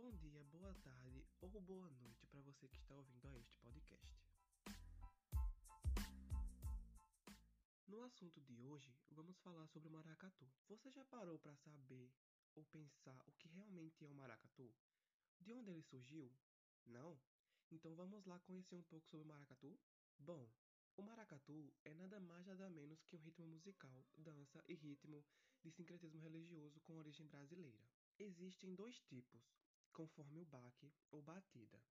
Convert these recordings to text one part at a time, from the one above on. boa tarde ou boa noite para você que está ouvindo a este podcast. No assunto de hoje, vamos falar sobre o maracatu. Você já parou para saber ou pensar o que realmente é o maracatu? De onde ele surgiu? Não? Então vamos lá conhecer um pouco sobre o maracatu? Bom, o maracatu é nada mais nada menos que um ritmo musical, dança e ritmo de sincretismo religioso com origem brasileira. Existem dois tipos, conforme o baque ou batida.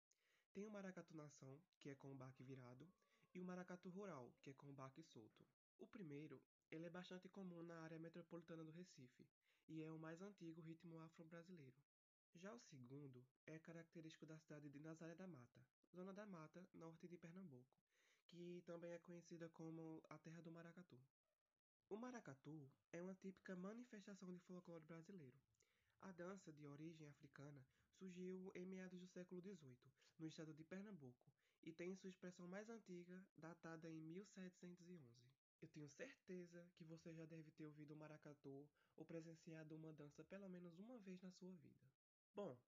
Tem o maracatu nação, que é com o baque virado, e o maracatu rural, que é com o baque solto. O primeiro, ele é bastante comum na área metropolitana do Recife e é o mais antigo ritmo afro-brasileiro. Já o segundo é característico da cidade de Nazaré da Mata, zona da mata norte de Pernambuco, que também é conhecida como a terra do maracatu. O maracatu é uma típica manifestação de folclore brasileiro. A dança de origem africana surgiu em meados do século XVIII, no estado de Pernambuco, e tem sua expressão mais antiga, datada em 1711. Eu tenho certeza que você já deve ter ouvido o maracatu ou presenciado uma dança pelo menos uma vez na sua vida. Bom,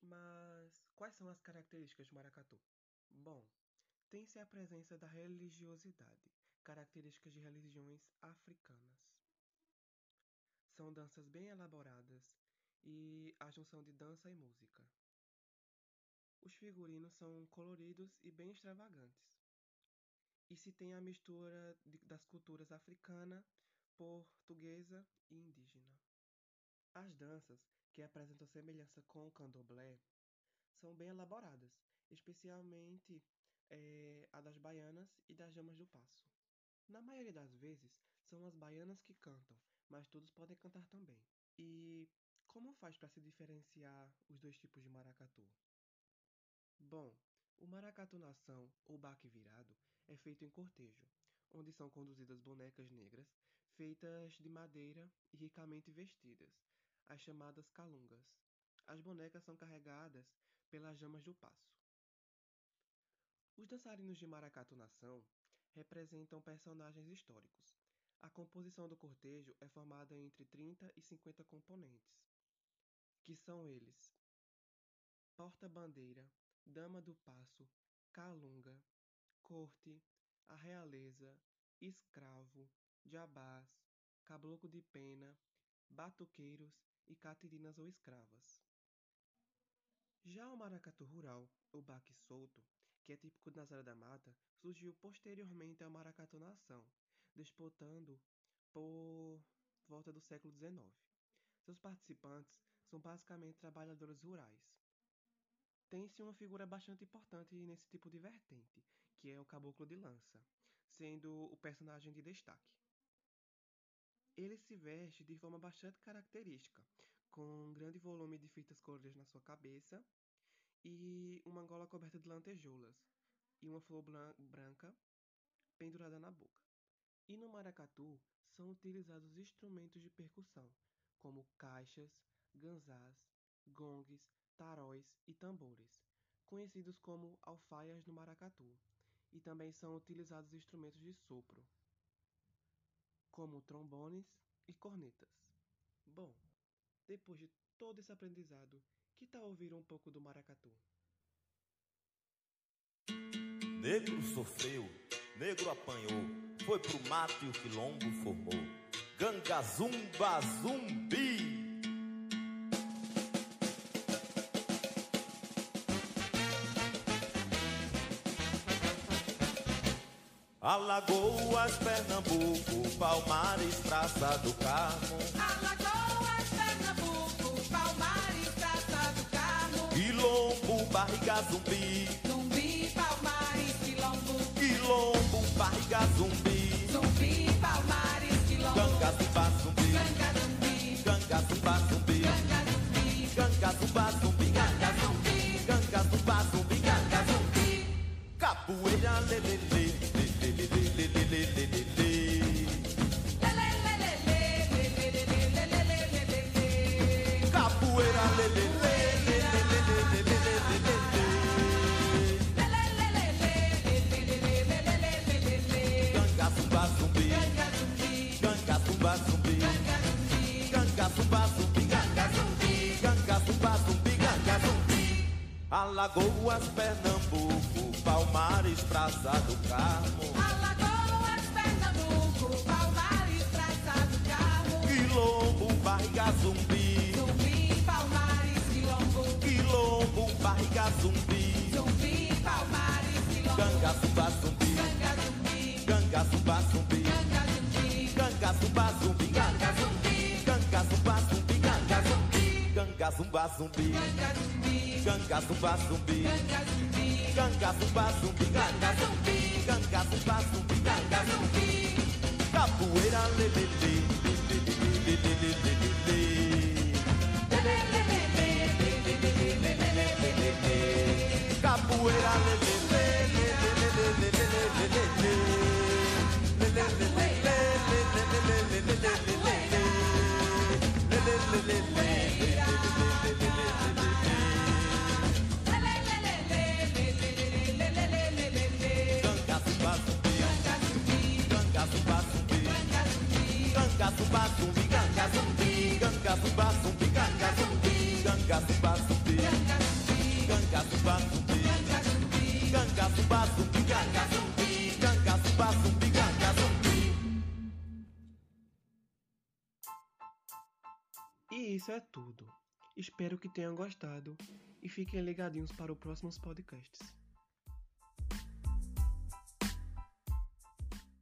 mas quais são as características do maracatu? Bom, tem-se a presença da religiosidade, características de religiões africanas. São danças bem elaboradas e a junção de dança e música. Os figurinos são coloridos e bem extravagantes. E se tem a mistura de, das culturas africana, portuguesa e indígena. As danças, que apresentam semelhança com o candomblé, são bem elaboradas, especialmente é, a das baianas e das damas do passo. Na maioria das vezes, são as baianas que cantam, mas todos podem cantar também. E como faz para se diferenciar os dois tipos de maracatu? Bom, o maracatu nação ou baque virado é feito em cortejo, onde são conduzidas bonecas negras, feitas de madeira e ricamente vestidas, as chamadas calungas. As bonecas são carregadas pelas jamas do passo. Os dançarinos de Maracatu Nação representam personagens históricos. A composição do cortejo é formada entre 30 e 50 componentes, que são eles: porta-bandeira, dama do passo, calunga, corte, a realeza, escravo, jabás, cabloco de pena, batuqueiros e catirinas ou escravas. Já o maracatu rural, o baque solto, que é típico de Nazaré da Mata, surgiu posteriormente ao maracatu nação, disputando por volta do século XIX. Seus participantes são basicamente trabalhadores rurais. Tem-se uma figura bastante importante nesse tipo de vertente, que é o caboclo de lança, sendo o personagem de destaque. Ele se veste de forma bastante característica, com um grande volume de fitas coloridas na sua cabeça e uma gola coberta de lantejoulas e uma flor branca pendurada na boca. E no maracatu são utilizados instrumentos de percussão, como caixas, ganzás, gongs, taróis e tambores, conhecidos como alfaias no maracatu, e também são utilizados instrumentos de sopro, como trombones e cornetas. Bom, depois de todo esse aprendizado, que tal ouvir um pouco do maracatu? Negro um sofreu, negro apanhou, foi pro mato e o quilombo formou. Gangazumba zumbi! Alagoas, Pernambuco, Palmares, Praça do Carmo. Alagoas, Pernambuco, Palmares, Praça do Carmo. Quilombo, barriga zumbi. Zumbi, Palmares, Quilombo. Quilombo, barriga zumbi. Zumbi, Palmares, Quilombo. Ganga zumba zumbi. Ganga zumbi. Ganga zumba zumbi. Ganga zumbi. Ganga zumba zumbi. Ganga zumbi. Ganga zumba zumbi. Ganga zumbi. Capoeira lelele. Capoeira lelele. Ganga zumba zumbi. Ganga zumba zumbi. Ganga zumba zumbi. Ganga zumbi. Ganga zumba zumbi. Ganga zumbi. Alagoas, Pernambuco, Palmares, Praça do Carmo. Alagoas, Pernambuco, Palmares, Praça do Carmo. Quilombo, barriga zumbi. Zumbi, Palmares, Quilombo. Quilombo, barriga zumbi. Zumbi, Palmares, Quilombo. Ganga, zumba, zumbi. Ganga, zumbi. Ganga, zumba, zumbi. Ganga, zumbi. Ganga, zumba, zumbi. Ganga, zumbi. Ganga, zumba, zumbi. Ganga, zumbi. Ganga, zumba, zumbi. Ganga, zumbi. Ganga, zumba, zumbi. Ganga, zumbi. Ganga, zumba, zumbi. Ganga, zumbi. Ganga, zumba, zumbi. Ganga, zumbi. Capoeira, lelele. Capoeira, Ganga, zumba, zumbi. Ganga, zumba, zumbi. Ganga, zumba, zumbi. Ganga, zumbi. Ganga, zumba, zumbi. Ganga, zumbi. Ganga, zumba, zumbi. Ganga, zumba, zumbi. Ganga, zumba, zumbi. Ganga, zumbi. Ganga, zumba, zumbi. Ganga, zumbi. E isso é tudo. Espero que tenham gostado e fiquem ligadinhos para os próximos podcasts.